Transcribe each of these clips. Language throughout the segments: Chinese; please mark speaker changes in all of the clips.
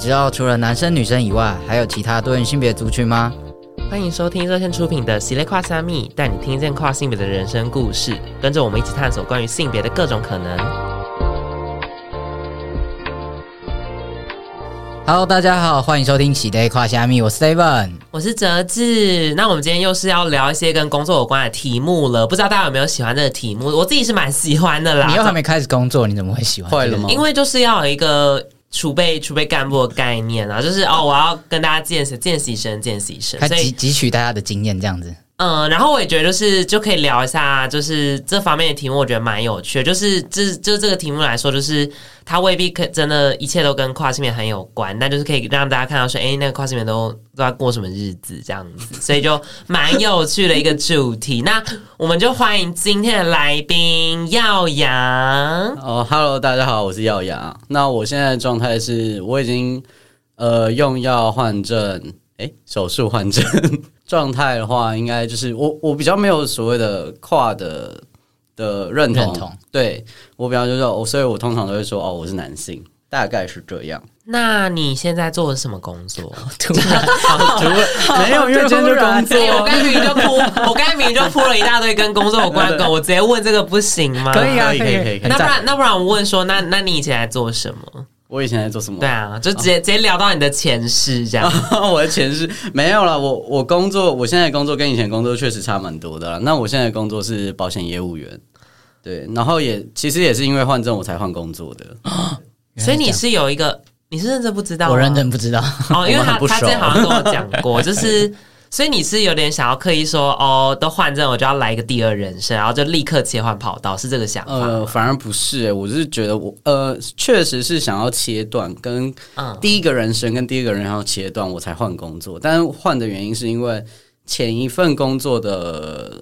Speaker 1: 知道除了男生女生以外，还有其他多元性别族群吗？
Speaker 2: 欢迎收听热线出品的《喜类跨三密》，带你听见跨性别的人生故事，跟着我们一起探索关于性别的各种可能。
Speaker 1: Hello，大家好，欢迎收听《喜 day 跨虾米》，我是 Steven。
Speaker 2: 我是哲志，那我们今天又是要聊一些跟工作有关的题目了，不知道大家有没有喜欢这个题目？我自己是蛮喜欢的啦，
Speaker 1: 你又还没开始工作，你怎么会喜欢这个？
Speaker 3: 会了吗
Speaker 2: 因为就是要有一个储备储备干部的概念啊，就是哦，我要跟大家见识见习生见习生，
Speaker 1: 还
Speaker 2: 所以
Speaker 1: 汲汲取大家的经验这样子。
Speaker 2: 嗯，然后我也觉得就是就可以聊一下，就是这方面的题目，我觉得蛮有趣的。就是这就这个题目来说，就是它未必可真的一切都跟跨性别很有关，但就是可以让大家看到说，哎，那个跨性别都都在过什么日子这样子，所以就蛮有趣的一个主题。那我们就欢迎今天的来宾耀阳。
Speaker 3: 哦、h e l l o 大家好，我是耀阳。那我现在的状态是，我已经呃用药换证，诶、手术换证状态的话，应该就是我我比较没有所谓的跨的的认同，
Speaker 1: 认同
Speaker 3: 对我比较就是我，所以我通常都会说哦，我是男性，大概是这样。
Speaker 2: 那你现在做的是什么工作？
Speaker 1: 突然，
Speaker 3: 没有，因为今天就
Speaker 2: 哎
Speaker 3: 工作，
Speaker 2: 对，我刚才明明就铺，我刚才明明就铺了一大堆跟工作有关的梗，我直接问这个不行吗？
Speaker 1: 可以啊
Speaker 3: 可以可以可以可以
Speaker 2: 那不然，那不然我问说，那那你以前在做什么？
Speaker 3: 我以前在做什么？
Speaker 2: 对啊，就直接、直接聊到你的前世这
Speaker 3: 哦
Speaker 2: 样。
Speaker 3: 我的前世没有了，我我工作，我现在的工作跟以前工作确实差蛮多的啦。那我现在的工作是保险业务员，对，然后也其实也是因为换证我才换工作的，
Speaker 2: 所以你是有一个，你是认真不知道吗？
Speaker 1: 我认真不知道。
Speaker 2: 哦，因为
Speaker 3: 我们
Speaker 2: 他
Speaker 3: 很不
Speaker 2: 他之
Speaker 3: 熟
Speaker 2: 前好像跟我讲 过，就是。所以你是有点想要刻意说哦，都换证我就要来一个第二人生，然后就立刻切换跑道，是这个想法
Speaker 3: 呃，
Speaker 2: 吗？
Speaker 3: 反而不是、欸，我是觉得我呃，确实是想要切断跟
Speaker 2: 嗯，
Speaker 3: 第一个人生跟第一个人生要切断，我才换工作。但是换的原因是因为前一份工作的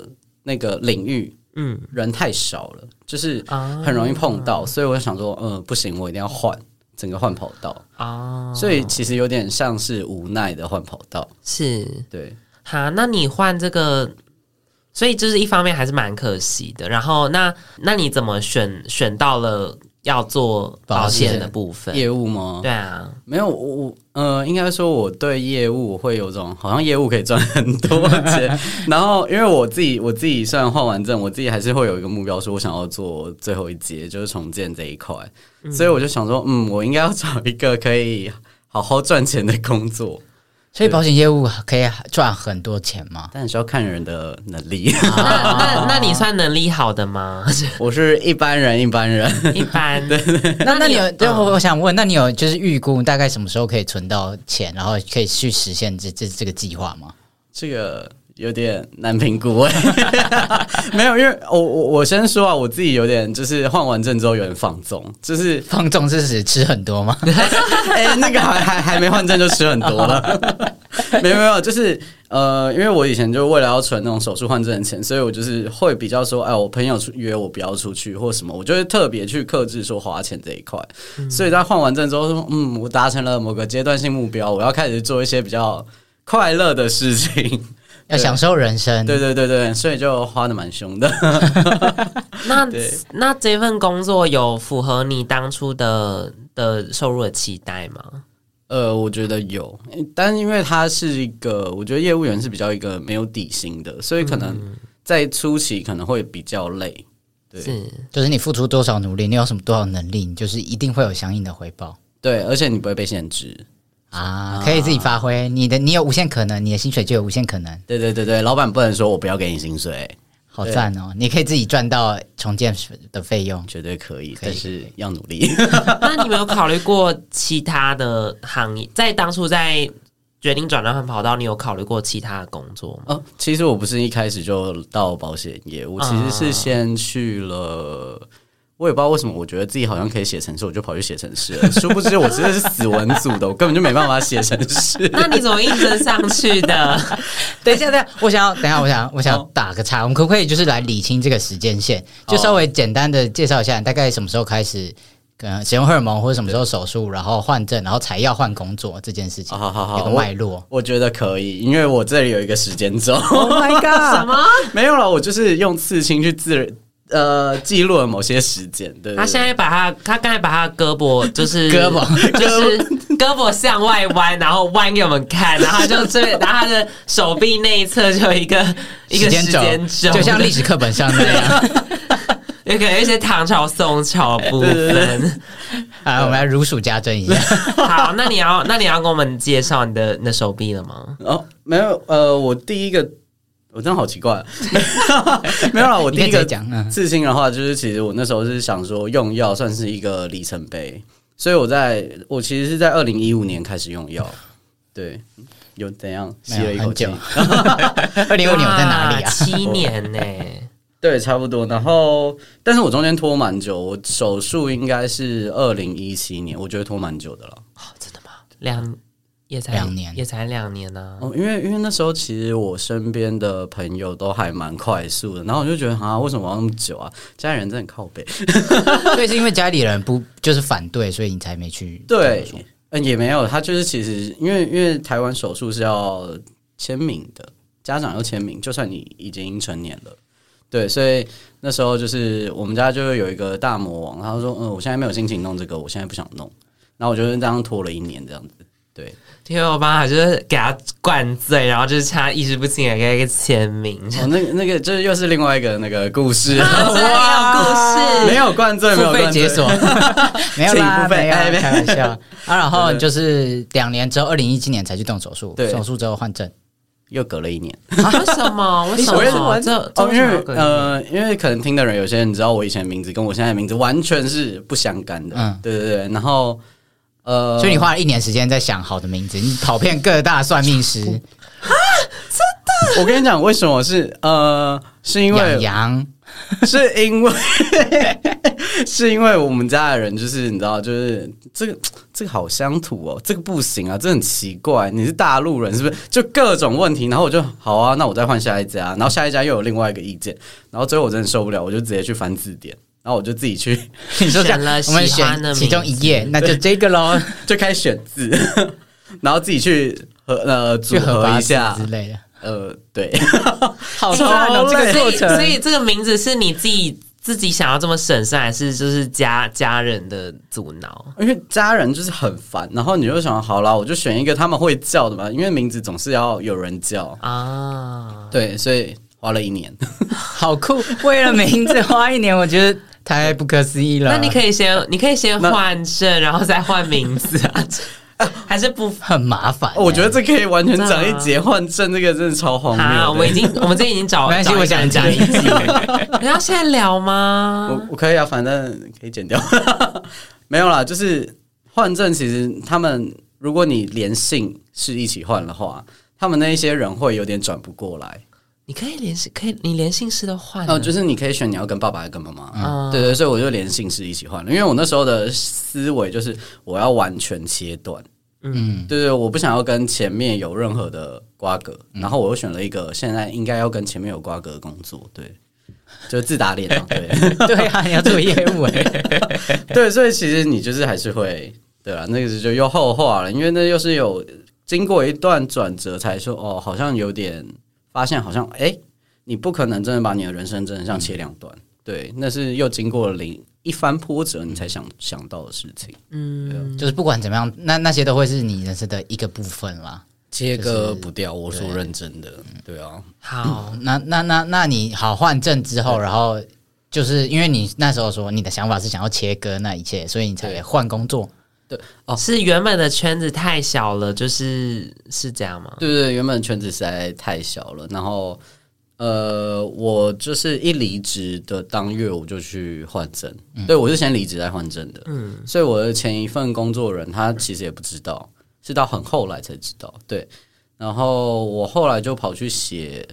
Speaker 3: 那个领域，
Speaker 2: 嗯
Speaker 3: 嗯，人太少了，就是
Speaker 2: 啊
Speaker 3: 很容易碰到，所以我就想说，呃，不行，我一定要换，整个换跑道。
Speaker 2: 哦，
Speaker 3: 所以其实有点像是无奈的换跑道，
Speaker 2: 是
Speaker 3: 对，
Speaker 2: 好，那你换这个，所以就是一方面还是蛮可惜的。然后那那你怎么选选到了要做保险的部分？
Speaker 3: 业务吗？
Speaker 2: 对啊，
Speaker 3: 没有，我我呃，应该说我对业务我会有种好像业务可以赚很多钱，然后因为我自己我自己虽然换完证，我自己还是会有一个目标，说我想要做最后一节就是重建这一块，所以我就想说，嗯，我应该要找一个可以好好赚钱的工作，
Speaker 1: 所以保险业务可以赚很多钱 吗？
Speaker 3: 但是要看人的能力，
Speaker 2: 那那那你算能力好的吗？
Speaker 3: 我是一般人一般人，
Speaker 2: 一般。
Speaker 1: 那那你有？对，
Speaker 2: 嗯
Speaker 1: 我我想问，那你有就是预估大概什么时候可以存到钱，然后可以去实现这这这个计划吗？
Speaker 3: 这个有点难评估 哎、没有，因为我我我先说啊，我自己有点就是换完证之后有点放纵，就是
Speaker 1: 放纵是指吃很多吗？
Speaker 3: 哎、那个还还还没换证就吃很多了， 没有没有，就是呃，因为我以前就为了要存那种手术换证的钱，所以我就是会比较说，哎，我朋友出约我不要出去或什么，我就会特别去克制说花钱这一块。所以在换完证之后说，嗯，我达成了某个阶段性目标，我要开始做一些比较快乐的事情。
Speaker 1: 要
Speaker 3: 对
Speaker 1: 享受人生。
Speaker 3: 对对对对，所以就花的蛮凶的。
Speaker 2: 那
Speaker 3: 对
Speaker 2: 那这份工作有符合你当初的的收入的期待吗？
Speaker 3: 呃，我觉得有，但是因为他是一个，我觉得业务员是比较一个没有底薪的，所以可能
Speaker 1: 嗯
Speaker 3: 在初期可能会比较累。对
Speaker 2: 是
Speaker 1: 就是你付出多少努力，你有什么多少能力，你就是一定会有相应的回报
Speaker 3: 对，而且你不会被限制。
Speaker 1: 啊！可以自己发挥，你的你有无限可能，你的薪水就有无限可能，
Speaker 3: 对对对对，老板不能说我不要给你薪水，
Speaker 1: 好赞哦！你可以自己赚到重建的费用。
Speaker 3: 绝对可以，
Speaker 1: 可以
Speaker 3: 但是要努力。
Speaker 2: 那你们有考虑过其他的行业？在当初在决定转换跑道，你有考虑过其他的工作吗？
Speaker 3: 哦，其实我不是一开始就到保险业，我其实
Speaker 1: 啊
Speaker 3: 是先去了。我也不知道为什么，我觉得自己好像可以写程式，我就跑去写程式了。殊不知我真的是死文组的，我根本就没办法写程式。
Speaker 2: 那你怎么应征上去的？
Speaker 1: 等一下，等一下，我想要，等一下，我想要，我想要打个岔，我们可不可以就是来理清这个时间线？就稍微简单的介绍一下，大概什么时候开始，可能使用荷尔蒙，或者什么时候手术，然后换证，然后才要换工作这件事情，
Speaker 3: 啊好好好好
Speaker 1: 有个
Speaker 3: 我
Speaker 1: 脉络。
Speaker 3: 我觉得可以，因为我这里有一个时间 轴。
Speaker 1: Oh my god！
Speaker 2: 什么？
Speaker 3: 没有了，我就是用刺青去自呃记录了某些时间。对对对
Speaker 2: 他现在把他，他刚才把他的胳膊就是
Speaker 1: 胳膊
Speaker 2: 就是胳膊向外弯，然后弯给我们看，然后他就这，然后他的手臂内侧就有一个一个时间轴，
Speaker 1: 就像历史课本上那样。
Speaker 2: 有可能一些唐朝、宋朝部
Speaker 3: 对对
Speaker 2: 分。
Speaker 1: 啊，我们来如数家珍一下。
Speaker 2: 好，那你要那你要跟我们介绍你的那手臂了吗？
Speaker 3: 哦，没有，呃，我第一个，我真的好奇怪， 没有啦，我第一
Speaker 1: 你可以直接
Speaker 3: 个
Speaker 1: 讲嗯
Speaker 3: 自信的话，就是其实我那时候是想说，用药算是一个里程碑，所以我在我其实是在二零一五年开始用药，对，有怎样吸了一口
Speaker 1: 很
Speaker 3: 气
Speaker 1: 久， 二零五年我在哪里
Speaker 2: 哇
Speaker 1: 啊？
Speaker 2: 七年呢、
Speaker 3: 对，差不多。然后，但是我中间拖蛮久，我手术应该是二零一七年，我觉得拖蛮久的了。
Speaker 2: 哦，真的吗？两也才
Speaker 1: 两年
Speaker 2: 也才两年啊呢、
Speaker 3: 哦，因为因为那时候其实我身边的朋友都还蛮快速的，然后我就觉得啊，为什么要那么久啊？家里人真的很靠北。
Speaker 1: 所以是因为家里人不就是反对，所以你才没去。
Speaker 3: 对，嗯，也没有，他就是其实因为因为台湾手术是要签名的，家长要签名，就算你已经成年了。对，所以那时候就是我们家就有一个大魔王，他说：“嗯，我现在没有心情弄这个，我现在不想弄。”然后我就是这样拖了一年，这样子。对，
Speaker 2: 因为我爸爸就是给他灌醉，然后就是差意识不清，给他一个签名。
Speaker 3: 哦，那个那个，这又是另外一个那个 故事，
Speaker 2: 啊真的有故事
Speaker 3: 没有灌醉，没有
Speaker 1: 付费
Speaker 3: 灌醉
Speaker 1: 解 锁，没有啦，
Speaker 3: 请付费
Speaker 1: 没有啦
Speaker 3: 哎没有
Speaker 1: 开玩 笑啊。然后就是两年之后，二零一七年才去动手术，
Speaker 3: 对嗯
Speaker 1: 手术之后换证。
Speaker 3: 又隔了一年。
Speaker 2: 啊为什么？为什
Speaker 3: 我也是
Speaker 2: 么？
Speaker 3: 完
Speaker 2: 这
Speaker 3: 哦，因为
Speaker 2: 呃，
Speaker 3: 呃，因为可能听的人有些人知道我以前的名字跟我现在的名字完全是不相干的，
Speaker 1: 嗯
Speaker 3: 对对对。然后呃，
Speaker 1: 所以你花了一年时间在想好的名字，你跑遍各大算命师，
Speaker 3: 我跟你讲为什么是呃，是 因
Speaker 1: 养
Speaker 3: 为
Speaker 1: 羊，
Speaker 3: 是因为 是因为我们家的人就是你知道，就是这个这个好乡土哦，这个不行啊，这很奇怪，你是大陆人是不是？就各种问题，然后我就好啊，那我再换下一家，然后下一家又有另外一个意见，然后最后我真的受不了，我就直接去翻字典。然后我就自己去，
Speaker 1: 你说这样
Speaker 2: 选了，
Speaker 1: 我们
Speaker 2: 喜欢的
Speaker 1: 选
Speaker 2: 名字
Speaker 1: 其中一页，那就这个喽，
Speaker 3: 就开始选字， 然后自己去和呃组
Speaker 1: 去合
Speaker 3: 合
Speaker 1: 八
Speaker 3: 一
Speaker 1: 字
Speaker 3: 下
Speaker 1: 之，类的。
Speaker 3: 呃，对，
Speaker 1: 好
Speaker 2: 超
Speaker 1: 赞哦，这
Speaker 2: 累
Speaker 1: 个过
Speaker 2: 所以
Speaker 1: 程。
Speaker 2: 这个名字是你自己自己想要这么省上，还是就是家家人的阻挠？
Speaker 3: 因为家人就是很烦，然后你就想，好啦，我就选一个他们会叫的嘛，因为名字总是要有人叫，
Speaker 2: 啊，
Speaker 3: 对，所以花了一年。
Speaker 1: 好酷！为了名字花一年，我觉得太不可思议了。
Speaker 2: 那你可以先，你可以先
Speaker 3: 那
Speaker 2: 换证，然后再换名字啊， 还是不
Speaker 1: 很麻烦欸、
Speaker 3: 哦我觉得这可以完全讲一
Speaker 2: 真
Speaker 3: 节换证，这个真的超荒谬
Speaker 2: 啊，
Speaker 3: 的。
Speaker 2: 我们已经，我们这已经找，
Speaker 1: 没关系
Speaker 2: 找一个
Speaker 1: 我想
Speaker 2: 人讲一
Speaker 1: 听
Speaker 2: 集，你要现在聊吗
Speaker 3: 我？我可以啊，反正可以剪掉。 没有啦，就是换证，其实他们如果你连姓是一起换的话，他们那一些人会有点转不过来。
Speaker 2: 你可以连姓，可以你连姓氏都换了，
Speaker 3: 哦，就是你可以选你要跟爸爸还是跟妈妈。
Speaker 2: 嗯
Speaker 3: 对对，所以我就连姓氏一起换了，因为我那时候的思维就是我要完全切断。
Speaker 1: 嗯，
Speaker 3: 对对，我不想要跟前面有任何的瓜葛，
Speaker 2: 嗯
Speaker 3: 然后我又选了一个现在应该要跟前面有瓜葛的工作，对，就自打脸啊，对
Speaker 1: 对啊，你要做业务哎、
Speaker 3: 对，所以其实你就是还是会，对啊，那个就又后话了，因为那又是有经过一段转折才说，哦，好像有点发现，好像哎，诶你不可能真的把你的人生真的像切两段，对，那是又经过了零一番波折，你才想想到的事情，
Speaker 2: 嗯，
Speaker 1: 就是不管怎么样，那那些都会是你人生的一个部分啦。
Speaker 3: 切割不掉，我说认真的，对啊，
Speaker 2: 好，
Speaker 1: 那那那那你好换证之后，然后就是因为你那时候说你的想法是想要切割那一切，所以你才
Speaker 3: 对
Speaker 1: 换工作。哦
Speaker 2: 是原本的圈子太小了，就是是这样吗？
Speaker 3: 对对，原本圈子实在太小了，然后呃，我就是一离职的当月我就去换证，对我是先离职再换证的，嗯，所以我的前一份工作人他其实也不知道，是到很后来才知道，对，然后我后来就跑去写，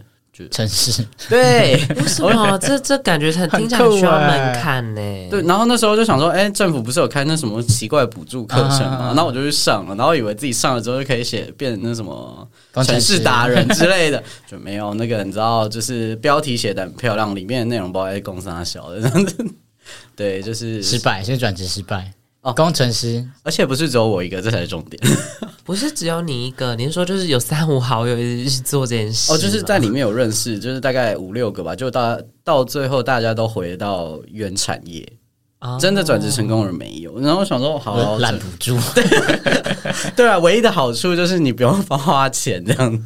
Speaker 1: 城市
Speaker 3: 对
Speaker 2: 为什么？哦这这感觉很听起来很需要门槛呢、
Speaker 1: 欸
Speaker 3: 对，然后那时候就想说，哎，政府不是有开那什么奇怪的补助课程
Speaker 1: 啊啊啊
Speaker 3: 吗？然后我就去上了，然后以为自己上了之后就可以写变成那什么。
Speaker 1: 工
Speaker 3: 城
Speaker 1: 程
Speaker 3: 市
Speaker 1: 师
Speaker 3: 达人之类的，就没有那个你知道，就是标题写的很漂亮，里面的内容包在公司啊小的这样子。对，就是
Speaker 1: 失败，所以转职失败。
Speaker 3: 哦
Speaker 1: 工程师
Speaker 3: 而且不是只有我一个，这 才是重点。
Speaker 2: 不是只有你一个，你是说就是有三五好友一起做这件事吗？
Speaker 3: 哦，就是在里面有认识，就是大概五六个吧，就到到最后大家都回到原产业，
Speaker 2: 哦
Speaker 3: 真的转职成功而没有。然后我想说，好好
Speaker 1: 我
Speaker 3: 整
Speaker 1: 拦不住，
Speaker 3: 对啊，唯一的好处就是你不用花钱这样子，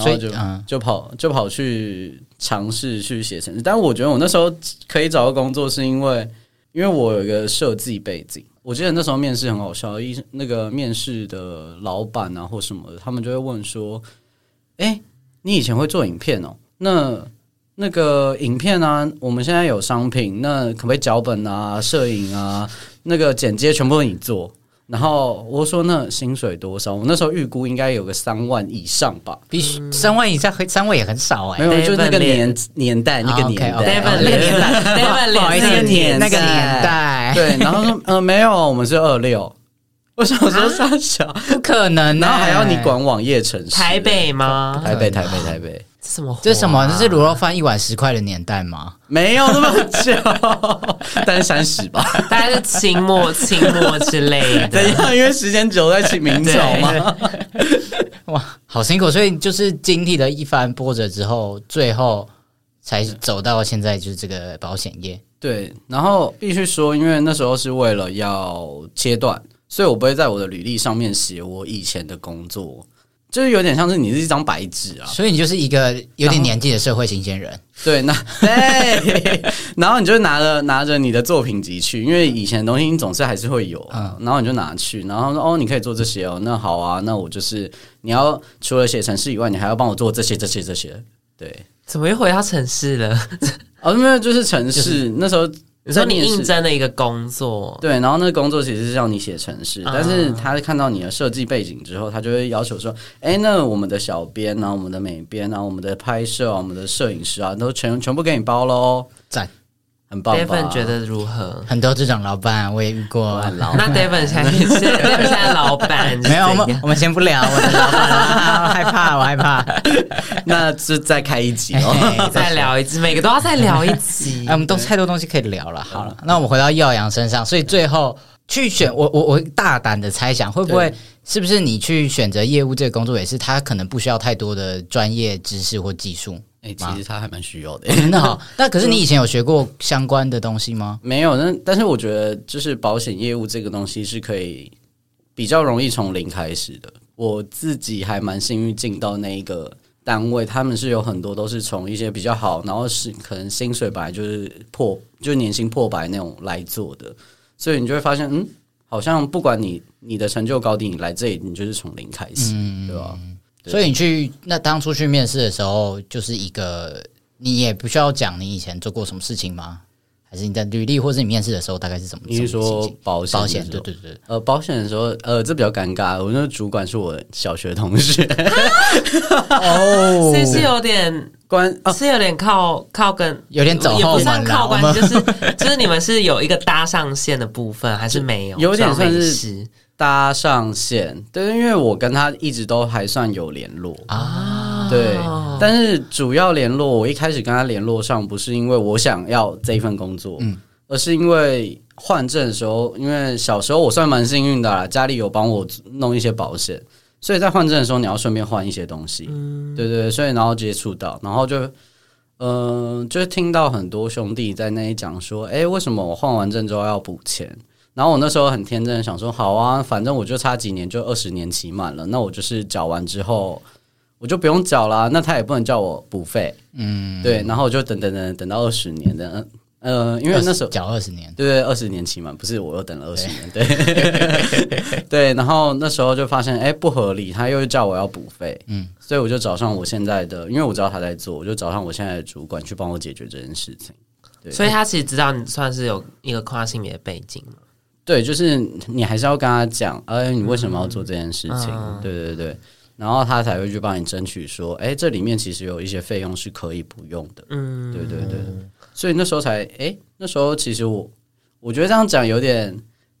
Speaker 1: 所
Speaker 3: 后
Speaker 1: 以
Speaker 3: 就、
Speaker 1: 嗯
Speaker 3: 就跑就跑去尝试去写程式。但我觉得我那时候可以找到工作，是因为因为我有一个设计背景。我记得那时候面试很好笑，一那个面试的老板啊或什么的，他们就会问说：“哎、你以前会做影片哦？那那个影片啊，我们现在有商品，那可不可以脚本啊、摄影啊、那个剪接全部都你做？”然后我说那薪水多少？我那时候预估应该有个三万以上吧，
Speaker 1: 必须三万以上，三万也很少哎、
Speaker 3: 没有，
Speaker 2: 哦 David
Speaker 3: 就是那个
Speaker 2: 脸
Speaker 3: 年年代那个年
Speaker 1: o k o
Speaker 3: 代
Speaker 2: 哦
Speaker 1: k
Speaker 2: 那个年代 David
Speaker 1: 不好意思，
Speaker 2: 那个
Speaker 3: 年代
Speaker 1: 那个年代，
Speaker 3: 对，然后说呃没有，我们是二六。我想说傻小，
Speaker 1: 不 可能、欸，
Speaker 3: 然后还要你，管网页城市，
Speaker 2: 啊台北啊吗？
Speaker 3: 台北台北台北，
Speaker 2: 这什么火啊？
Speaker 1: 这是什么？这是卤肉饭一碗十块的年代吗？
Speaker 3: 没有那么 久，但是三十吧？
Speaker 2: 大概是清末、清末之类 的。
Speaker 3: 怎样？因为时间久在起明朝嘛。
Speaker 1: 哇，好辛苦！所以就是经历了一番波折之后，最后才走到现在，就是这个保险业。
Speaker 3: 对，然后必须说，因为那时候是为了要切断，所以我不会在我的履历上面写我以前的工作，就是有点像是你是一张白纸 啊。
Speaker 1: 所以你就是一个有点年纪的社会新鲜人。
Speaker 3: 对，那对， 然后你就拿着拿着你的作品集去，因为以前的东西你总是还是会有啊，然后你就拿去，然后说哦，你可以做这些哦，那好啊，那我就是你要除了写程式以外，你还要帮我做这些这些这些，对，
Speaker 2: 怎么又回到城市了？
Speaker 3: 哦，没有，就是程式、那时候
Speaker 2: 你说你
Speaker 3: 在面试
Speaker 2: 应征的一个工作，
Speaker 3: 对，然后那个工作其实是让你写程式，
Speaker 2: 啊
Speaker 3: 但是他看到你的设计背景之后，他就会要求说：“哎，那我们的小编啊，我们的美编啊，我们的拍摄啊，我们的摄影师啊，都全全部给你包喽。”
Speaker 1: 赞，
Speaker 3: 很棒
Speaker 2: d a v i
Speaker 3: 吧
Speaker 2: d？觉得如何？
Speaker 1: 很多这种老板我也遇过。
Speaker 2: 那 d a v i d 现在是 d a v i d 现在老板啊是怎
Speaker 1: 没有，我
Speaker 2: 样
Speaker 1: 们我们先不聊我的老板啊，我害怕，我害怕。
Speaker 3: 那是再开一集 哦。
Speaker 1: 嘿
Speaker 2: 再。聊一集，每个都要再聊一集
Speaker 1: 哎，。我们都太多东西可以聊
Speaker 3: 嗯
Speaker 1: 了。好了，那我们回到耀阳身上，所以最后去选我，我我大胆的猜想，会不会是不是你去选择业务这个工作，也是他可能不需要太多的专业知识或技 术？
Speaker 3: 哎、
Speaker 1: 妈
Speaker 3: 其实他还蛮需要的。
Speaker 1: 真的好，那可是你以前有学过相关的东西吗？
Speaker 3: 没有，但但是我觉得，就是保险业务这个东西是可以比较容易从零开始的。我自己还蛮幸运进到那一个单位，他们是有很多都是从一些比较好，然后是可能薪水本来就是破，就年薪破百那种来做的，所以你就会发现，嗯，好像不管你你的成就高低，你来这里你就是从零开始，对吧？对
Speaker 1: 所以你去那当初去面试的时候，就是一个你也不需要讲你以前做过什么事情吗？还是你的履历，或是你面试的时候大概是怎么？
Speaker 3: 你是
Speaker 1: 怎么
Speaker 3: 说
Speaker 1: 进行
Speaker 3: 保险
Speaker 1: 保
Speaker 3: 的时
Speaker 1: 险？
Speaker 3: 候？
Speaker 1: 对对对，
Speaker 3: 呃，保险的时候，呃，这比较尴尬。我那个主管是我小学同学，
Speaker 1: 哦
Speaker 3: 哦
Speaker 2: 所以是有点，
Speaker 3: 关啊，
Speaker 2: 是有点靠靠跟，
Speaker 1: 有点走
Speaker 2: 也
Speaker 1: 后
Speaker 2: 不
Speaker 1: 门
Speaker 2: 算
Speaker 1: 啦。
Speaker 2: 靠
Speaker 1: 我
Speaker 2: 关
Speaker 1: 们
Speaker 2: 系，就是就是你们是有一个搭上线的部分，还是没有？
Speaker 3: 有点
Speaker 2: 算
Speaker 3: 算是
Speaker 2: 是
Speaker 3: 搭上线，对，因为我跟他一直都还算有联络，
Speaker 1: 啊，
Speaker 3: 对，但是主要联络，我一开始跟他联络上，不是因为我想要这一份工作，而是因为换证的时候，因为小时候我算蛮幸运的啦，家里有帮我弄一些保险，所以在换证的时候，你要顺便换一些东西，对对对，所以然后接触到，然后就。嗯、就听到很多兄弟在那里讲说，哎、为什么我换完证之后要补钱？然后我那时候很天真的想说，好啊，反正我就差几年就二十年期满了，那我就是缴完之后我就不用缴啦，那他也不能叫我补费，嗯，对，然后我就等等等等到二十年的，呃，因为那时候
Speaker 1: 缴二十年，
Speaker 3: 对对，二十年期嘛，不是我又等了二十年，对对， 然后那时候就发现哎、不合理，他又叫我要补费，嗯，所以我就找上我现在的，因为我知道他在做，我就找上我现在的主管去帮我解决这件事情。对
Speaker 2: 所以他其实知道你算是有一个跨性别的背景嘛。
Speaker 3: 对，就是你还是要跟他讲，哎，你为什么要做这件事情？
Speaker 2: 嗯
Speaker 3: 对对对，然后他才会去帮你争取说，哎，这里面其实有一些费用是可以不用的。
Speaker 2: 嗯，
Speaker 3: 对对对，所以那时候才，哎，那时候其实我我觉得这样讲有点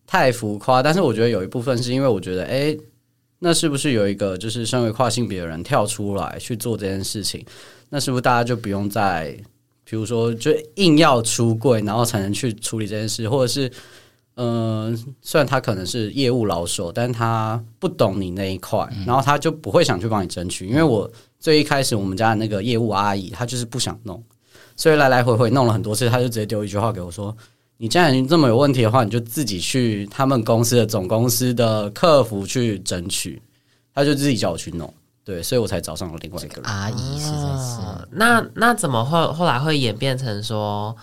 Speaker 3: 太浮夸，但是我觉得有一部分是因为我觉得，哎，那是不是有一个就是身为跨性别的人跳出来去做这件事情，那是不是大家就不用再，比如说就硬要出柜，然后才能去处理这件事，或者是，嗯、虽然他可能是业务老手，但他不懂你那一块，然后他就不会想去帮你争取，因为我最一开始我们家的那个业务阿姨，她就是不想弄，所以来来回回弄了很多次，她就直接丢一句话给我说。你既然这么有问题的话，你就自己去他们公司的总公司的客服去争取。他就自己叫我去弄，对，所以我才找上了另外一个人。
Speaker 1: 阿姨实在是
Speaker 2: 哦那那怎么后后来会演变成说，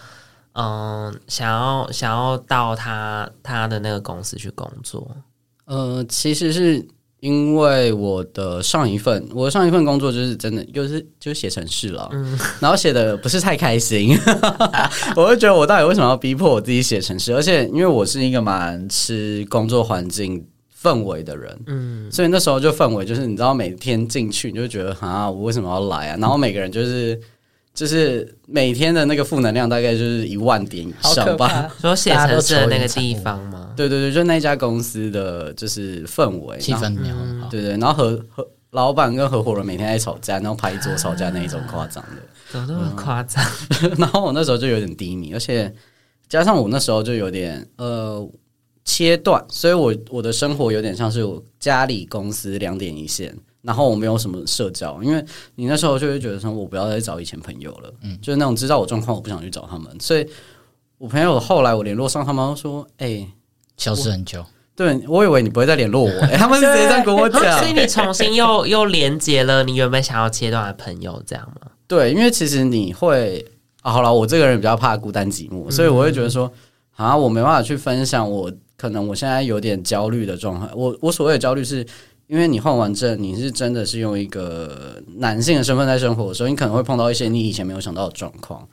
Speaker 2: 嗯，想要想要到他他的那个公司去工作？
Speaker 3: 呃，其实是因为我的上一份，我的上一份工作就是真的，就是就是写程式了，
Speaker 1: 嗯
Speaker 3: 然后写的不是太开心， 我就觉得我到底为什么要逼迫我自己写程式？而且因为我是一个蛮吃工作环境。氛围的人，嗯，所以那时候就氛围就是你知道，每天进去你就觉得啊，我为什么要来啊？然后每个人就是就是每天的那个负能量大概就是一万点以上吧，
Speaker 2: 说写城市的那个地方吗？
Speaker 3: 对对对，就那一家公司的就是氛围
Speaker 1: 气
Speaker 3: 然后
Speaker 1: 氛没有很好。
Speaker 3: 对对，然后合合老板跟合伙人每天在吵架，然后拍桌吵架那一种夸张的。
Speaker 2: 怎么那么夸张？
Speaker 3: 然后我那时候就有点低迷，而且加上我那时候就有点呃切断，所以我我的生活有点像是我家里公司两点一线。然后我没有什么社交，因为你那时候就会觉得说，我不要再找以前朋友了，嗯，就是那种知道我状况，我不想去找他们。所以，我朋友后来我联络上他们，他说：“哎、
Speaker 1: 消失很久，
Speaker 3: 对，我以为你不会再联络我、欸他们是直接这样跟我讲
Speaker 2: 嗯 所。以你重新又又连接了你原本想要切断的朋友，这样吗？
Speaker 3: 对，因为其实你会，啊、好了，我这个人比较怕孤单寂寞，所以我会觉得说，啊，我没办法去分享我可能我现在有点焦虑的状态。我我所谓的焦虑是。因为你换完证，你是真的是用一个男性的身份在生活的时候，你可能会碰到一些你以前没有想到的状况，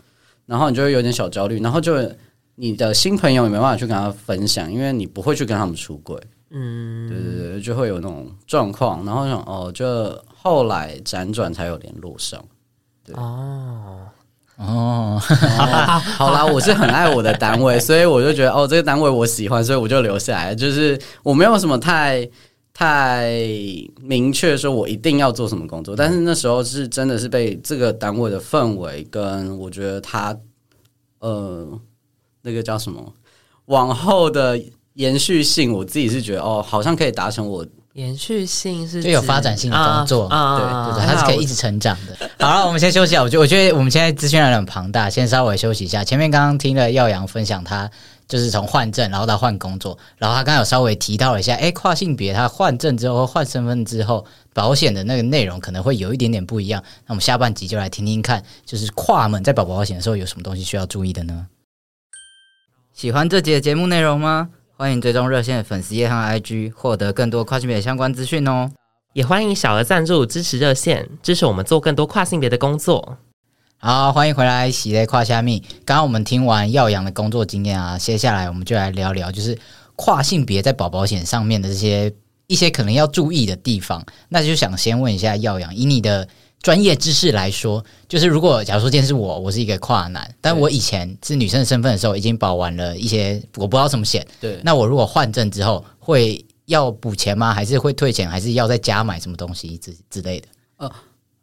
Speaker 3: 然后你就会有点小焦虑，然后就你的新朋友也没办法去跟他分享，因为你不会去跟他们出轨。嗯，对对对，就会有那种状况，然后想哦，就后来辗转才有联络上。
Speaker 1: 哦，
Speaker 3: 哦好啦，我是很爱我的单位，所以我就觉得哦，这个单位我喜欢，所以我就留下来。就是我没有什么太太明确说我一定要做什么工作，但是那时候是真的是被这个单位的氛围跟我觉得他呃那个叫什么往后的延续性，我自己是觉得哦，好像可以达成我
Speaker 2: 延续性是
Speaker 1: 就有发展性的工作
Speaker 2: 啊
Speaker 1: 对
Speaker 3: 对
Speaker 1: 对，它是可以一直成长的。好了，我们先休息啊。我觉我觉得我们现在资讯量很庞大，先稍微休息一下。前面刚刚听了耀阳分享他就是从换证，然后到换工作，然后他刚刚有稍微提到了一下，哎、跨性别他换证之后或换身份之后，保险的那个内容可能会有一点点不一样。那我们下半集就来听听看，就是跨门在保保险的时候有什么东西需要注意的呢？喜欢这集的节目内容吗？欢迎追踪热线的粉丝页和 IG，获得更多跨性别相关资讯哦。
Speaker 2: 也欢迎小额赞助支持热线，支持我们做更多跨性别的工作。
Speaker 1: 好，欢迎回来，喜来跨虾米。刚刚我们听完耀阳的工作经验啊，接下来我们就来聊聊，就是跨性别在保保险上面的这些一些可能要注意的地方。那就想先问一下耀阳，以你的专业知识来说，就是如果假如说今天是我，我是一个跨男，但我以前是女生的身份的时候，已经保完了一些我不知道什么险，
Speaker 3: 对
Speaker 1: 那我如果换证之后会要补钱吗？还是会退钱？还是要再加买什么东西之之类的？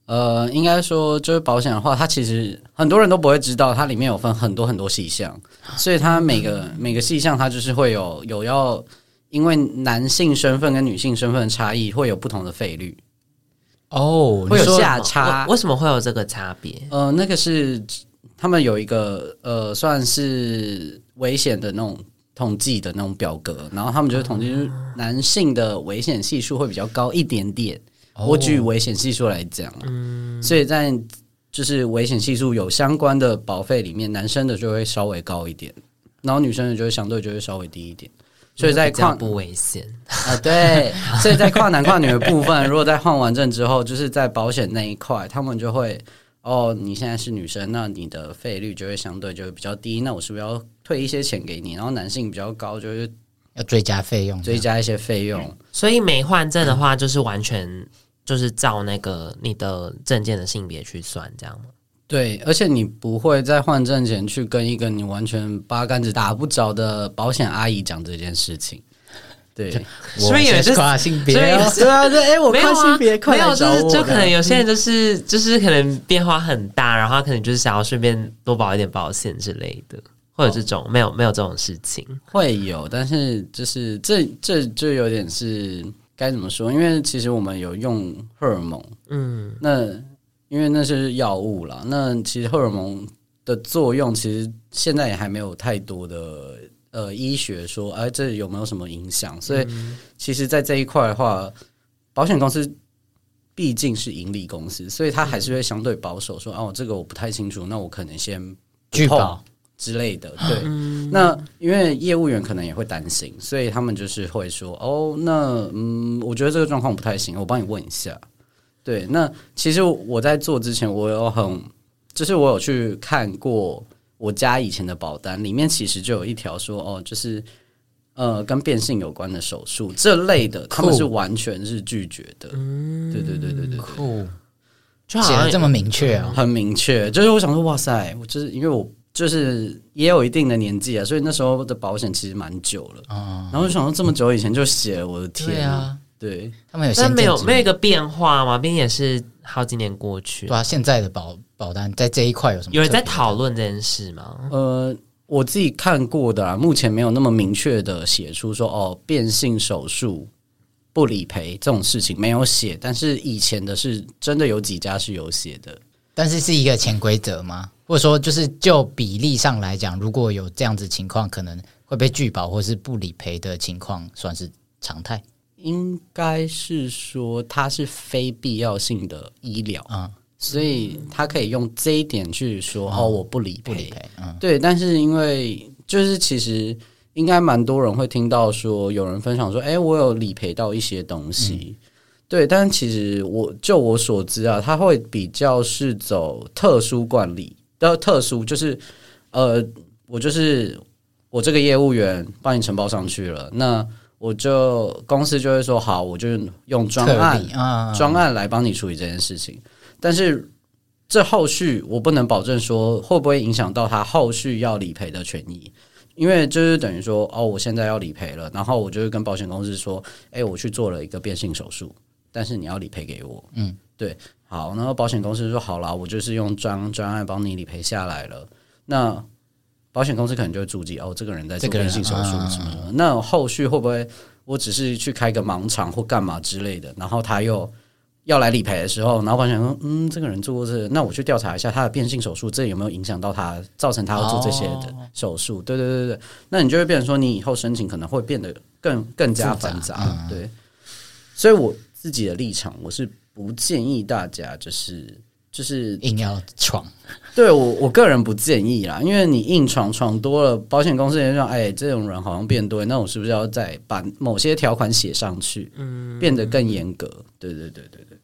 Speaker 3: 呃，应该说就是保险的话，它其实很多人都不会知道，它里面有分很多很多细项，所以它每个每个细项它就是会有有要，因为男性身份跟女性身份的差异会有不同的费率，
Speaker 1: 哦
Speaker 3: 会有
Speaker 2: 价
Speaker 3: 价差。
Speaker 2: 为什么会有这个差别？
Speaker 3: 呃，那个是他们有一个呃，算是危险的那种统计的那种表格，然后他们就是统计，就是男性的危险系数会比较高一点点。我举危险系数来讲啊，所以在就是危险系数有相关的保费里面，男生的就会稍微高一点，然后女生的就会相对就会稍微低一点。所以在
Speaker 2: 这样
Speaker 3: 跨
Speaker 2: 不危险。
Speaker 3: 啊，对，所以在跨男跨女的部分，如果在换完证之后，就是在保险那一块，他们就会哦，你现在是女生，那你的费率就会相对就会比较低，那我是不是要退一些钱给你？然后男性比较高，就是
Speaker 1: 要追加费用这样，
Speaker 3: 追加一些费用。
Speaker 2: 所以没换证的话，就是完全就是照那个你的证件的性别去算，这样吗？
Speaker 3: 对，而且你不会在换证前去跟一个你完全八竿子打不着的保险阿姨讲这件事情。对，
Speaker 2: 是不是有
Speaker 1: 我
Speaker 2: 就是
Speaker 1: 跨性别
Speaker 2: 所以
Speaker 1: 哦？
Speaker 2: 是
Speaker 3: 啊，对，哎、我
Speaker 2: 没有啊，没有，就是就可能
Speaker 3: 有
Speaker 2: 有
Speaker 1: 嗯
Speaker 2: 些人就是就是可能变化很大，然后他可能就是想要顺便多保一点保险之类的，或者这种、
Speaker 1: 哦
Speaker 2: 没有没有这种事情。
Speaker 3: 会有，但是就是这这就有点是该怎么说？因为其实我们有用荷尔蒙，
Speaker 2: 嗯，
Speaker 3: 那因为那是药物啦，那其实荷尔蒙。的作用，其实现在也还没有太多的呃医学说，哎、这有没有什么影响？所以其实，在这一块的话，保险公司毕竟是盈利公司，所以它还是会相对保守说，哦，这个我不太清楚，那我可能先不
Speaker 1: 拒
Speaker 3: 碰
Speaker 1: 保
Speaker 3: 之类的。对，那因为业务员可能也会担心，所以他们就是会说，哦，那嗯，我觉得这个状况不太行，我帮你问一下。对，那其实我在做之前，我有很，就是我有去看过我家以前的保单，里面其实就有一条说，哦，就是呃，跟变性有关的手术这类的，他们
Speaker 1: 酷嗯
Speaker 3: 是完全是拒绝的。对对对对对对，
Speaker 1: 酷，
Speaker 2: 就好
Speaker 1: 写
Speaker 2: 像
Speaker 1: 的这么明确哦。
Speaker 3: 很明确。就是我想说，哇塞，我就是因为我就是也有一定的年纪啊，所以那时候的保险其实蛮久了。
Speaker 1: 哦，
Speaker 3: 然后我想说，这么久以前就写了，我的
Speaker 1: 对
Speaker 3: 天
Speaker 1: 啊，
Speaker 3: 对，
Speaker 1: 他们有先
Speaker 2: 但
Speaker 1: 见
Speaker 2: 没有
Speaker 1: 之明
Speaker 2: 没有一个变化吗？毕竟也是好几年过去
Speaker 1: 对，啊，现在的保保单在这一块有什么特别的？
Speaker 2: 有人在讨论这件事吗？
Speaker 3: 呃，我自己看过的啊，目前没有那么明确的写出说哦，变性手术不理赔这种事情没有写，但是以前的是真的有几家是有写的。
Speaker 1: 但是是一个潜规则吗？或者说，就是就比例上来讲，如果有这样子情况，可能会被拒保或是不理赔的情况，算是常态。
Speaker 3: 应该是说它是非必要性的医疗，
Speaker 1: 嗯，
Speaker 3: 所以他可以用这一点去说、哦，我不理
Speaker 1: 不理
Speaker 3: 赔。
Speaker 1: 赔，嗯，
Speaker 3: 对，但是因为就是其实应该蛮多人会听到说有人分享说，哎、我有理赔到一些东西。
Speaker 1: 嗯
Speaker 3: 对，但其实我就我所知啊，他会比较是走特殊管理的特殊，就是呃，我就是我这个业务员帮你承包上去了，那我就公司就会说好，我就用专
Speaker 1: 特
Speaker 3: 案
Speaker 1: 例啊，
Speaker 3: 专案来帮你处理这件事情。但是这后续我不能保证说会不会影响到他后续要理赔的权益，因为就是等于说哦，我现在要理赔了，然后我就会跟保险公司说，哎、我去做了一个变性手术，但是你要理赔给我，
Speaker 1: 嗯，
Speaker 3: 对，好，然后保险公司说好啦，我就是用专专案帮你理赔下来了，那。保险公司可能就会注记哦，这个人在做
Speaker 1: 这个人
Speaker 3: 变性手术
Speaker 1: 嗯
Speaker 3: 什么的。那后续会不会我只是去开个盲场或干嘛之类的，然后他又要来理赔的时候，然后保险说，嗯，这个人做过这个那我去调查一下他的变性手术，这有没有影响到他，造成他要做这些的手术？对对对对，对那你就会变成说，你以后申请可能会变得更更加
Speaker 1: 复杂
Speaker 3: 繁杂，嗯对。所以我自己的立场，我是不建议大家就是就是
Speaker 1: 硬要闯，
Speaker 3: 对我我个人不建议啦，因为你硬闯闯多了，保险公司也说，哎，这种人好像变多，那我是不是要再把某些条款写上去，嗯，变得更严格？对对对对对，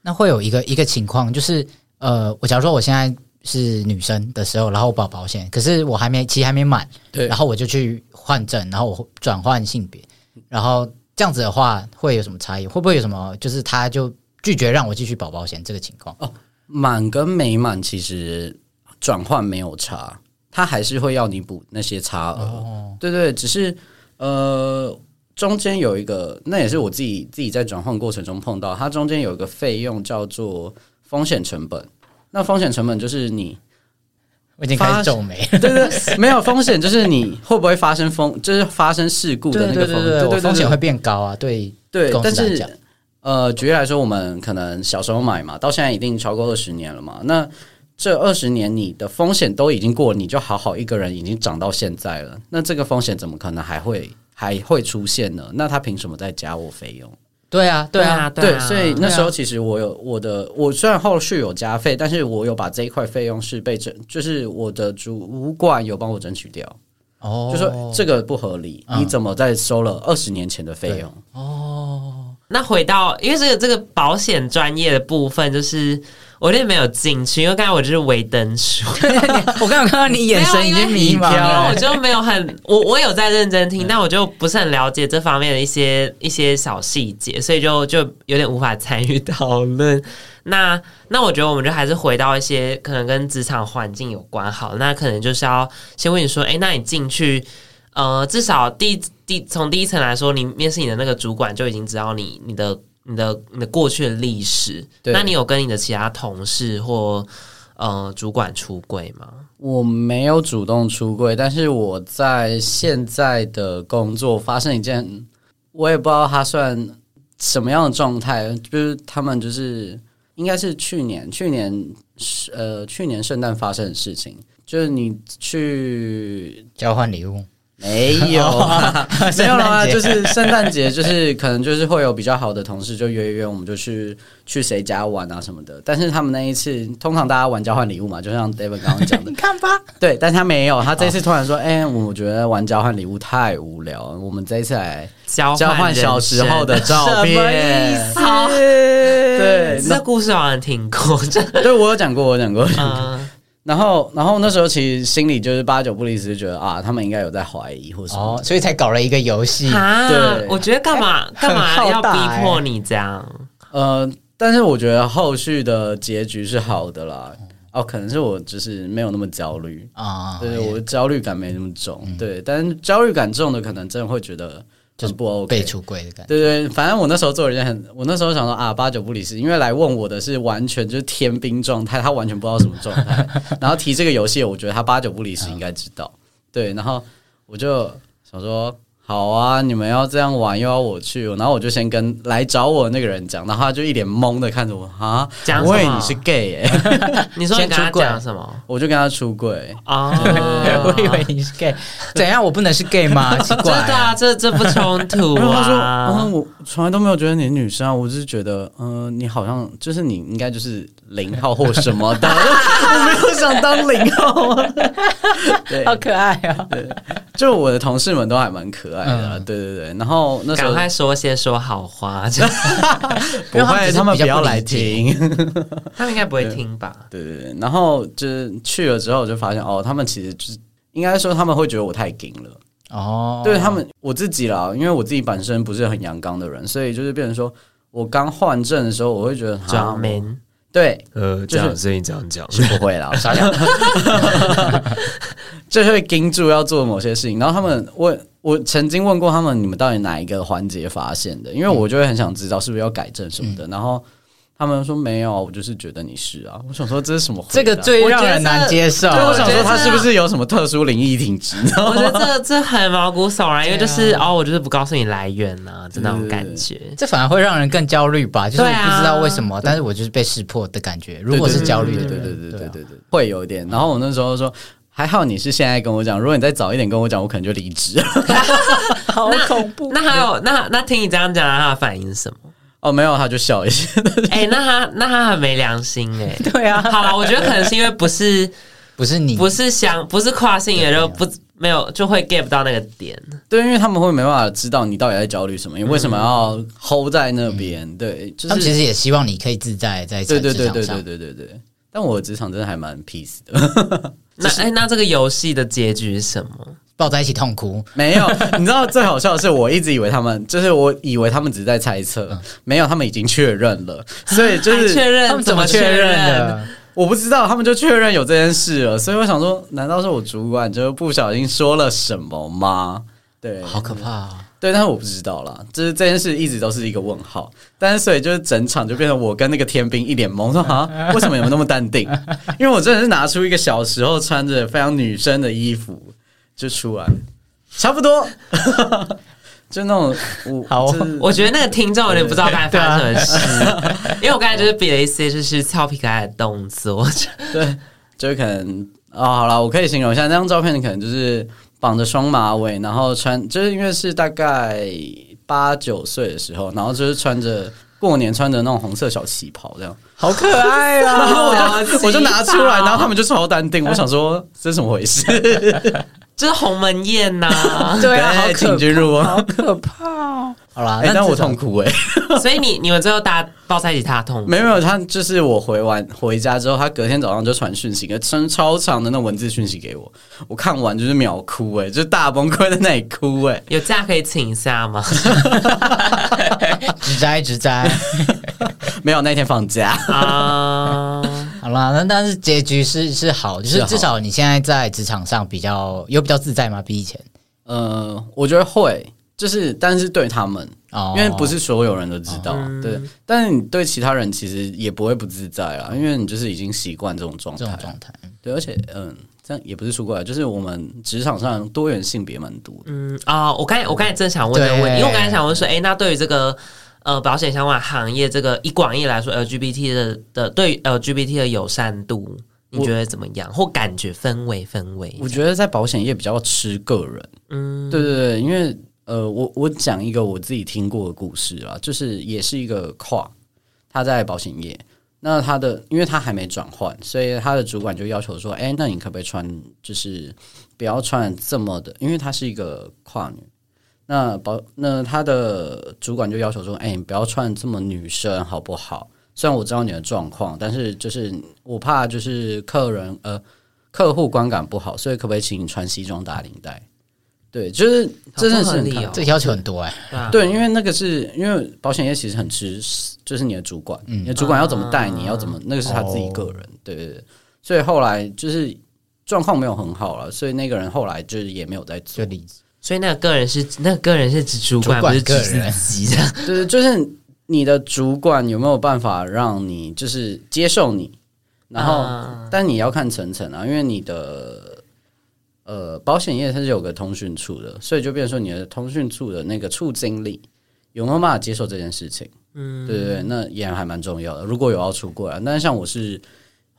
Speaker 1: 那会有一个一个情况，就是呃，我假如说我现在是女生的时候，然后我保保险，可是我还没期还没满，
Speaker 3: 对
Speaker 1: 然后我就去换证，然后我转换性别，然后这样子的话会有什么差异？会不会有什么就是他就拒绝让我继续保保险这个情况？
Speaker 3: 满跟没满其实转换没有差，他还是会要你补那些差额。对对，只是呃，中间有一个，那也是我自己自己在转换过程中碰到，它中间有一个费用叫做风险成本。那风险成本就是你
Speaker 1: 我已经开
Speaker 3: 发
Speaker 1: 始皱眉了。
Speaker 3: 没有风险，就是你会不会发生风，就是发生事故的那个风险，
Speaker 1: 我风险会变高啊，对
Speaker 3: 对
Speaker 1: 公，司
Speaker 3: 但
Speaker 1: 来
Speaker 3: 是
Speaker 1: 讲
Speaker 3: 呃，举例来说，我们可能小时候买嘛，到现在已经超过二十年了嘛。那这二十年你的风险都已经过了，你就好好一个人已经长到现在了，那这个风险怎么可能还会还会出现呢？那他凭什么再加我费用？
Speaker 1: 对啊，对啊，
Speaker 2: 对啊，
Speaker 3: 所以那时候其实我有我的，我虽然后续有加费，但是我有把这一块费用是被争，就是我的主管有帮我争取掉。
Speaker 1: 哦，
Speaker 3: 就 说这个不合理，
Speaker 1: 嗯
Speaker 3: 你怎么再收了二十年前的费用？
Speaker 2: 那回到，因为这个这个保险专业的部分，就是我有点没有进去，因为刚才我就是微登书，
Speaker 1: 我刚刚看到你眼神已经迷茫
Speaker 2: 然后我
Speaker 1: 了，嗯
Speaker 2: 就没有很，我我有在认真听，但我就不是很了解这方面的一些一些小细节，所以就就有点无法参与讨论。那那我觉得我们就还是回到一些可能跟职场环境有关好，那可能就是要先问你说，哎、那你进去，呃，至少第一第从第一层来说，你面试你的那个主管就已经知道你你的你的你的过去的历史，
Speaker 3: 对
Speaker 2: 那你有跟你的其他同事或呃主管出柜吗？
Speaker 3: 我没有主动出柜，但是我在现在的工作发生一件，我也不知道它算什么样的状态，就是他们就是应该是去年去年呃去年圣诞发生的事情，就是你去
Speaker 1: 交换礼 物，，
Speaker 3: 没有啊 没有啦，
Speaker 1: 哦圣诞节
Speaker 3: 就是圣诞节，就是可能就是会有比较好的同事就约一约，我们就去去谁家玩啊什么的。但是他们那一次，通常大家玩交换礼物嘛，就像 David 刚刚讲的，
Speaker 1: 看吧。
Speaker 3: 对，但他没有，他这次突然说，哎、我觉得玩交换礼物太无聊，我们这一次来
Speaker 2: 交
Speaker 3: 交换
Speaker 2: 换
Speaker 3: 小时候的
Speaker 2: 人生
Speaker 3: 照片。
Speaker 2: 好
Speaker 3: 对，
Speaker 2: 这故事我好像听过，这
Speaker 3: 那对我有讲过，我有讲过。
Speaker 2: 嗯
Speaker 3: 然后，然后那时候其实心里就是八九不离十，就觉得啊，他们应该有在怀疑或什么。
Speaker 1: 哦，所以才搞了一个游戏。
Speaker 2: 啊
Speaker 3: 对，
Speaker 2: 我觉得干嘛干嘛
Speaker 1: 很
Speaker 2: 要
Speaker 1: 浩大欸
Speaker 2: 逼迫你这样？
Speaker 3: 呃，但是我觉得后续的结局是好的啦。哦，可能是我就是没有那么焦虑，
Speaker 1: 啊，
Speaker 3: 对我焦虑感没那么重。对，但是焦虑感重的可能真的会觉得就是不 OK。
Speaker 1: 被出柜的感觉。
Speaker 3: 对对，反正我那时候做了一件很，我那时候想说啊，八九不离十，因为来问我的是完全就是天兵状态，他完全不知道什么状态。 然后提这个游戏，我觉得他八九不离十应该知道。对，然后我就想说，好啊，你们要这样玩，又要我去，然后我就先跟来找我那个人讲，然后他就一脸懵的看着我啊，
Speaker 2: 讲什么
Speaker 3: 我以为你是 gay 哎、
Speaker 2: 你说你
Speaker 1: 先
Speaker 2: 跟他
Speaker 1: 出柜，
Speaker 2: 讲什么？
Speaker 3: 我就跟他出柜。
Speaker 2: 哦
Speaker 1: 我以为你是 gay，怎样？我不能是 gay 吗？奇
Speaker 2: 真
Speaker 1: 怪
Speaker 2: 的
Speaker 1: 啊，
Speaker 2: 啊，这这不冲突
Speaker 3: 然后他说：“
Speaker 1: 哦
Speaker 2: 啊
Speaker 3: 嗯，。我从来都没有觉得你是女生啊，我只是觉得，嗯、你好像就是你应该就是零号或什么的， 我没有想当零号啊。对，
Speaker 1: 好可爱啊！
Speaker 3: 就我的同事们都还蛮可爱的啊、
Speaker 1: 嗯
Speaker 3: 对对对。然后那时
Speaker 2: 赶
Speaker 3: 候
Speaker 2: 快说些说好话， 这样
Speaker 3: 不
Speaker 1: 因为他们只
Speaker 3: 会，
Speaker 1: 是
Speaker 3: 他们
Speaker 1: 比较
Speaker 3: 不要
Speaker 1: 不理
Speaker 3: 来
Speaker 1: 解
Speaker 3: 听。
Speaker 2: 他们应该不会听吧？
Speaker 3: 对对对。然后就是去了之后，我就发现哦，他们其实就是应该说他们会觉得我太硬了。
Speaker 1: 哦，
Speaker 3: 对他们我自己啦，因为我自己本身不是很阳刚的人，所以就是变成说我刚换证的时候，我会觉得啊
Speaker 2: 装，明
Speaker 3: 对。”
Speaker 4: 呃，
Speaker 3: 这样有
Speaker 4: 声音这样讲
Speaker 3: 是不会啦， 我傻
Speaker 1: 想
Speaker 3: 想，就会盯住要做某些事情。然后他们问我曾经问过他们，你们到底哪一个环节发现的？因为我就会很想知道是不是要改正什么的。然后他们说没有，啊我就是觉得你是啊。我想说这是什么回答？
Speaker 1: 这个最让人难接受。
Speaker 3: 对，我想
Speaker 2: 我觉
Speaker 3: 说
Speaker 2: 得
Speaker 3: 他是不是有什么特殊灵异体质？
Speaker 2: 我觉得这这很毛骨悚
Speaker 1: 啊
Speaker 2: 然，因为就是哦，我就是不告诉你来源呐，就那种感觉。
Speaker 1: 这反而会让人更焦虑吧？就是我
Speaker 2: 对啊
Speaker 1: 不知道为什么，但是我就是被识破的感觉。如果是焦虑的
Speaker 3: 对
Speaker 1: 人，
Speaker 3: 对对对对
Speaker 1: 啊
Speaker 3: 对对，会有一点。然后我那时候说。还好你是现在跟我讲，如果你再早一点跟我讲，我可能就离职。
Speaker 1: 好恐怖。
Speaker 2: 那还有那那听你这样讲，他的反应是 什么？
Speaker 3: 哦，没有，他就笑一下。
Speaker 2: 哎，那他那他很没良心哎。
Speaker 1: 对啊，
Speaker 2: 好了，我觉得可能是因为 不是
Speaker 1: 不是你，
Speaker 2: 不是想不是跨性
Speaker 1: 啊
Speaker 2: 也就不没有就会 get 不到那个点。
Speaker 3: 对，因为他们会没办法知道你到底在焦虑什么，你为什么要 hold 在那边？对，就
Speaker 1: 嗯他们其
Speaker 3: 是
Speaker 1: 实也希望你可以自在在
Speaker 3: 对
Speaker 1: 职
Speaker 3: 对对
Speaker 1: 场
Speaker 3: 对
Speaker 1: 上
Speaker 3: 对。对对对。但我的职场真的还蛮 peace 的，
Speaker 2: 那哎、那这个游戏的结局是什么？
Speaker 1: 抱在一起痛哭，
Speaker 3: 没有。你知道最好笑的是，我一直以为他们就是我以为他们只是在猜测，没有，他们已经确认了，所以就
Speaker 2: 还确
Speaker 3: 是
Speaker 1: 他
Speaker 2: 认
Speaker 1: 们怎么嗯啊确认的？
Speaker 3: 我不知道，他们就确认有这件事了。所以我想说，难道是我主管就是不小心说了什么吗？对，
Speaker 1: 好可怕啊！
Speaker 3: 对，但是我不知道啦，就是这件事一直都是一个问号。但是所以就是整场就变成我跟那个天兵一脸懵，说啊，为什么你们那么淡定？因为我真的是拿出一个小时候穿着非常女生的衣服就出来，差不多， 就那种我
Speaker 1: 好哦
Speaker 3: 就是
Speaker 2: 我觉得那个听众有点不知道
Speaker 1: 啊
Speaker 2: 该发生什么事， 因为我刚才就是比了一些就是俏皮可爱的动作，
Speaker 3: 对，就是可能啊、好了，我可以形容一下那张照片，可能就是绑着双马尾，然后穿，就是因为是大概八九岁的时候，然后就是穿着。过年穿着那种红色小旗袍，这样好可爱 啊！然后我就我就拿出来，然后他们就超淡定。
Speaker 1: 嗯
Speaker 3: 我想说这是怎么回事？
Speaker 2: 就是鸿门宴呐、
Speaker 1: 对 啊，好
Speaker 3: 请
Speaker 1: 可
Speaker 3: 君入瓮。
Speaker 1: 好可怕哦。好啦，
Speaker 3: 哎，但我
Speaker 1: 至少
Speaker 3: 痛苦哎，
Speaker 2: 所以你你们最后大家抱在一起，他痛，
Speaker 3: 没有没有，他就是我回完回家之后，他隔天早上就传讯息，传超长的那种文字讯息给我，我看完就是秒哭哎，就是大崩溃在那里哭哎。
Speaker 2: 有假可以请一下吗？
Speaker 1: 直摘直摘。
Speaker 3: 没有那天放假，
Speaker 2: 啊、
Speaker 1: 好啦，那但是结局是是好，就是
Speaker 3: 是好
Speaker 1: 至少你现在在职场上比较有比较自在吗？比以前
Speaker 3: 呃，我觉得会，就是但是对他们，
Speaker 1: 哦
Speaker 3: 因为不是所有人都知道，
Speaker 1: 嗯
Speaker 3: 对，但是你对其他人其实也不会不自在啦，因为你就是已经习惯这种状
Speaker 1: 这种
Speaker 3: 态，
Speaker 1: 状态，
Speaker 3: 对，而且嗯，这样也不是出过来，就是我们职场上多元性别蛮多的，
Speaker 2: 嗯啊、我刚才我刚才正想问这个问题，因为我刚才想问说，哎、那对于这个呃保险相关行业，这个以广义来说，LGBT 的的对 LGBT 的友善度你觉得怎么样？或感觉氛围氛围？
Speaker 3: 我觉得在保险业比较吃个人，嗯，对对对，因为呃，我我讲一个我自己听过的故事啊，就是也是一个跨，他在保险业，那他的因为他还没转换，所以他的主管就要求说，哎、那你可不可以穿，就是不要穿这么的，因为她是一个跨女。那保那他的主管就要求说，哎、你不要穿这么女生好不好？虽然我知道你的状况，但是就是我怕就是客人呃客户观感不好，所以可不可以请你穿西装打领带？对，就是
Speaker 2: 好不
Speaker 3: 真的是
Speaker 2: 合
Speaker 3: 很
Speaker 2: 理
Speaker 3: 看
Speaker 2: 哦，
Speaker 1: 这要求很多哎、
Speaker 2: 对啊
Speaker 3: 对，因为那个是因为保险业其实很吃，就是你的主管，你的主管要怎么带你，要怎么，那个是他自己个人，对对对。所以后来就是状况没有很好了，所以那个人后来就是也没有在
Speaker 1: 就
Speaker 3: 做，
Speaker 1: 离职。
Speaker 2: 所以那个个人是那个个人是指主管，
Speaker 1: 主管
Speaker 2: 不是指
Speaker 1: 个人
Speaker 2: 自 己这样。
Speaker 3: 对，就是你的主管有没有办法让你就是接受你，然后、
Speaker 2: 啊
Speaker 3: 但你要看层层啊，因为你的呃保险业它是有个通讯处的，所以就变成说你的通讯处的那个处经理有没有办法接受这件事情。
Speaker 2: 嗯，
Speaker 3: 对对对，那也还蛮重要的。如果有要出柜啊，但是像我是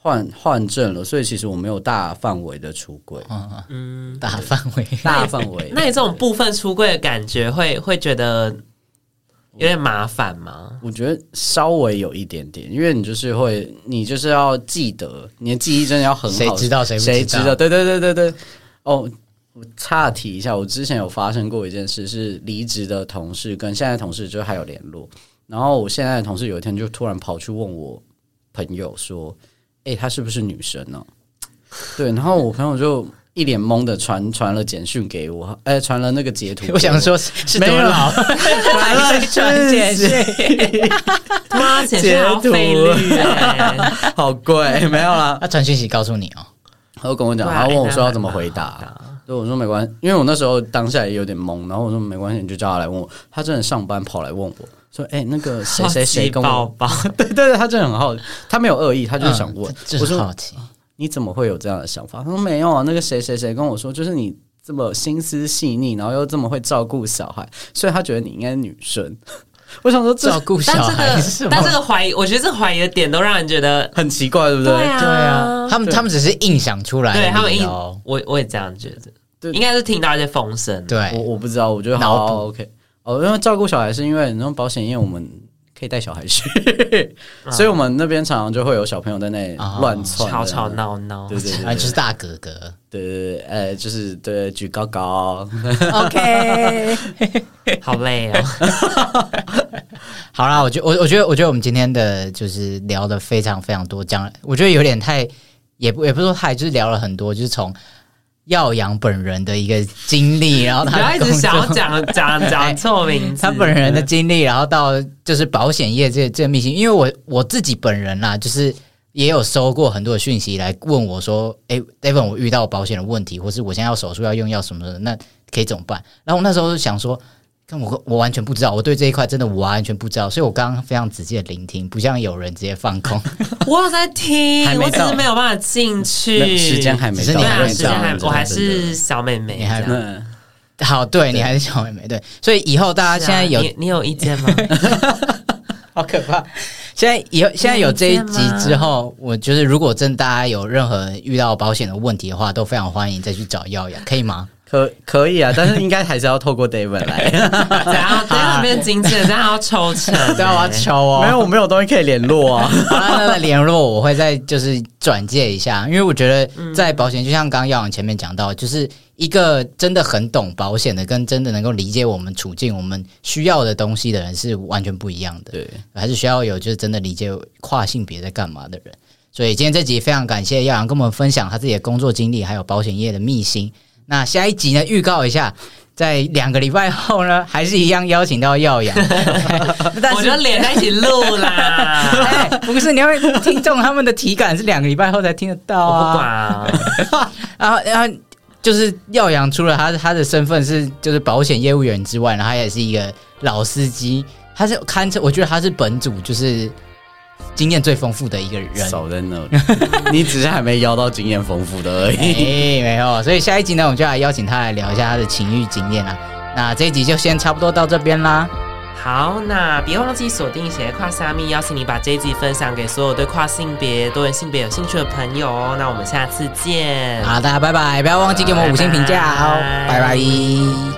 Speaker 3: 换换证了，所以其实我没有大范围的出柜，
Speaker 1: 嗯嗯，大范围。
Speaker 3: 大范围。
Speaker 2: 哦那你这种部分出柜的感觉会会觉得有点麻烦吗？
Speaker 3: 我觉得稍微有一点点，因为你就是会，你就是要记得，你的记忆真的要很好。
Speaker 1: 谁知道谁不
Speaker 3: 谁
Speaker 1: 知
Speaker 3: 知
Speaker 1: 道
Speaker 3: 道？对对对对对。哦，我岔题一下，我之前有发生过一件事，是离职的同事跟现在的同事就还有联络，然后我现在的同事有一天就突然跑去问我朋友说：“诶，她是不是女生呢、对，然后我朋友就一脸懵的传传了简 讯给我，哎、传了那个截图给。
Speaker 1: 我想说是，是
Speaker 3: 没
Speaker 1: 多
Speaker 3: 有
Speaker 1: 老？
Speaker 3: 传了
Speaker 1: 传简讯
Speaker 2: 妈，简直好费力 哎！
Speaker 3: 好贵，没有啦。
Speaker 1: 他传讯息告诉你哦，
Speaker 3: 他就跟我讲，
Speaker 2: 对啊
Speaker 3: 他问我
Speaker 2: 哎
Speaker 3: 说
Speaker 2: 那嗯
Speaker 3: 要怎么回
Speaker 2: 蛮好
Speaker 3: 答，对我说没关系，因为我那时候当下也有点懵，然后我说没关系，你就叫他来问我。他真的上班跑来问我说，哎、那个谁谁谁跟
Speaker 2: 宝
Speaker 3: 我，
Speaker 2: 宝，
Speaker 3: 对对对，他真的很好，他没有恶意，他就是想问
Speaker 1: 嗯，就
Speaker 3: 我
Speaker 1: 是
Speaker 3: 说
Speaker 1: 好奇，
Speaker 3: 你怎么会有这样的想法？他说没有啊，那个谁谁谁跟我说，就是你这么心思细腻，然后又这么会照顾小孩，所以他觉得你应该是女生。 我想说这
Speaker 1: 照顾
Speaker 2: 但
Speaker 1: 小
Speaker 2: 这
Speaker 1: 孩是什
Speaker 2: 个
Speaker 1: 么？
Speaker 2: 但这个怀疑，我觉得这怀疑的点都让人觉得，
Speaker 3: 很奇怪，对不对？
Speaker 2: 对
Speaker 1: 对啊，他们他们只是硬想出来的理哦
Speaker 2: 对
Speaker 1: 由，
Speaker 2: 他们应，我我也这样觉得，
Speaker 3: 对
Speaker 2: 应该是听到一些风声，
Speaker 3: 我
Speaker 1: 对，
Speaker 3: 我不知道，我觉得
Speaker 1: 脑
Speaker 3: 好
Speaker 1: 补
Speaker 3: 好 OK。哦，因为照顾小孩是因为那种保险业我们可以带小孩去， 所以我们那边常常就会有小朋友在那里
Speaker 1: 啊
Speaker 3: 乱窜的、
Speaker 2: 吵吵闹闹
Speaker 3: 对。，对对
Speaker 1: 啊，
Speaker 3: 对
Speaker 1: 就是大哥哥。
Speaker 3: 对对，呃，就是对举高高，
Speaker 1: OK，
Speaker 2: 好累哦。
Speaker 1: 好啦，我觉我我觉得我觉得我们今天的就是聊的非常非常多，讲我觉得有点太也不也不是说太，就是聊了很多，就是从耀阳本人的一个经历，然后
Speaker 2: 不
Speaker 1: 他
Speaker 2: 要
Speaker 1: 的
Speaker 2: 一直
Speaker 1: 工作
Speaker 2: 想要讲讲讲错名字，
Speaker 1: 他本人的经历，然后到就是保险业这这秘辛，因为我我自己本人啦，就是也有收过很多的讯息来问我说，哎、d a v i d 我遇到保险的问题，或是我现在要手术要用药什么的，那可以怎么办？然后我那时候就想说，看我我完全不知道，我对这一块真的完全不知道，所以我刚刚非常仔细的聆听，不像有人直接放空，
Speaker 2: 我有在听
Speaker 1: 还，没
Speaker 2: 我只
Speaker 1: 到
Speaker 2: 是没有办法进去，
Speaker 3: 那时间还没
Speaker 1: 只是
Speaker 3: 到，
Speaker 1: 你
Speaker 2: 对
Speaker 1: 还
Speaker 2: 啊，
Speaker 1: 没
Speaker 2: 时间还
Speaker 1: 到
Speaker 2: 我还
Speaker 3: 真的
Speaker 2: 是小妹妹
Speaker 1: 你还
Speaker 2: 这样。
Speaker 3: 嗯，
Speaker 1: 好，对你还是小妹妹，对，所以以后大家现在
Speaker 2: 是啊
Speaker 1: 有
Speaker 2: 你你有意见吗？
Speaker 1: 好可怕！ 现在有现在有这一集之后，我就是如果真的大家有任何遇到保险的问题的话，都非常欢迎再去找耀阳，可以 吗？
Speaker 3: 可可以啊，但是应该还是要透过 David 来，
Speaker 2: 怎样？等一下变精致，这样要抽成。欸
Speaker 1: 对啊，我要求哦。
Speaker 3: 没有，我没有东西可以联络啊，
Speaker 1: 好啦，那那联络我会再就是转介一下，因为我觉得在保险，就像刚刚耀阳前面讲到，就是一个真的很懂保险的，跟真的能够理解我们处境、我们需要的东西的人是完全不一样的。
Speaker 3: 对，
Speaker 1: 还是需要有就是真的理解跨性别在干嘛的人。所以今天这集非常感谢耀阳跟我们分享他自己的工作经历，还有保险业的秘辛。那下一集呢，预告一下，在两个礼拜后呢，还是一样邀请到耀阳，但
Speaker 2: 我
Speaker 1: 是
Speaker 2: 就。连在一起录啦。
Speaker 1: 哎，不是，你会听众他们的体感是两个礼拜后才听得到
Speaker 2: 我不
Speaker 1: 啊。
Speaker 2: 管啊，
Speaker 1: 然后，然后就是耀阳，除了他他的身份是就是保险业务员之外，然后他也是一个老司机，他是堪称我觉得他是本组就是经验最丰富的一个人。
Speaker 3: 少在那里，你只是还没邀到经验丰富的而
Speaker 1: 哎、
Speaker 3: 已。
Speaker 1: 没有，所以下一集呢，我啊们就来邀请他来聊一下他的情欲经验啦。那这一集就先差不多到这边啦，
Speaker 2: 好，那别忘记锁定《斜跨虾米》，邀请你把这一集分享给所有对跨性别、多元性别有兴趣的朋友哦。那我们下次见，
Speaker 1: 好，大家拜拜，不要忘记给我们五星评价哦，
Speaker 2: 拜
Speaker 1: 拜
Speaker 2: 拜
Speaker 1: 拜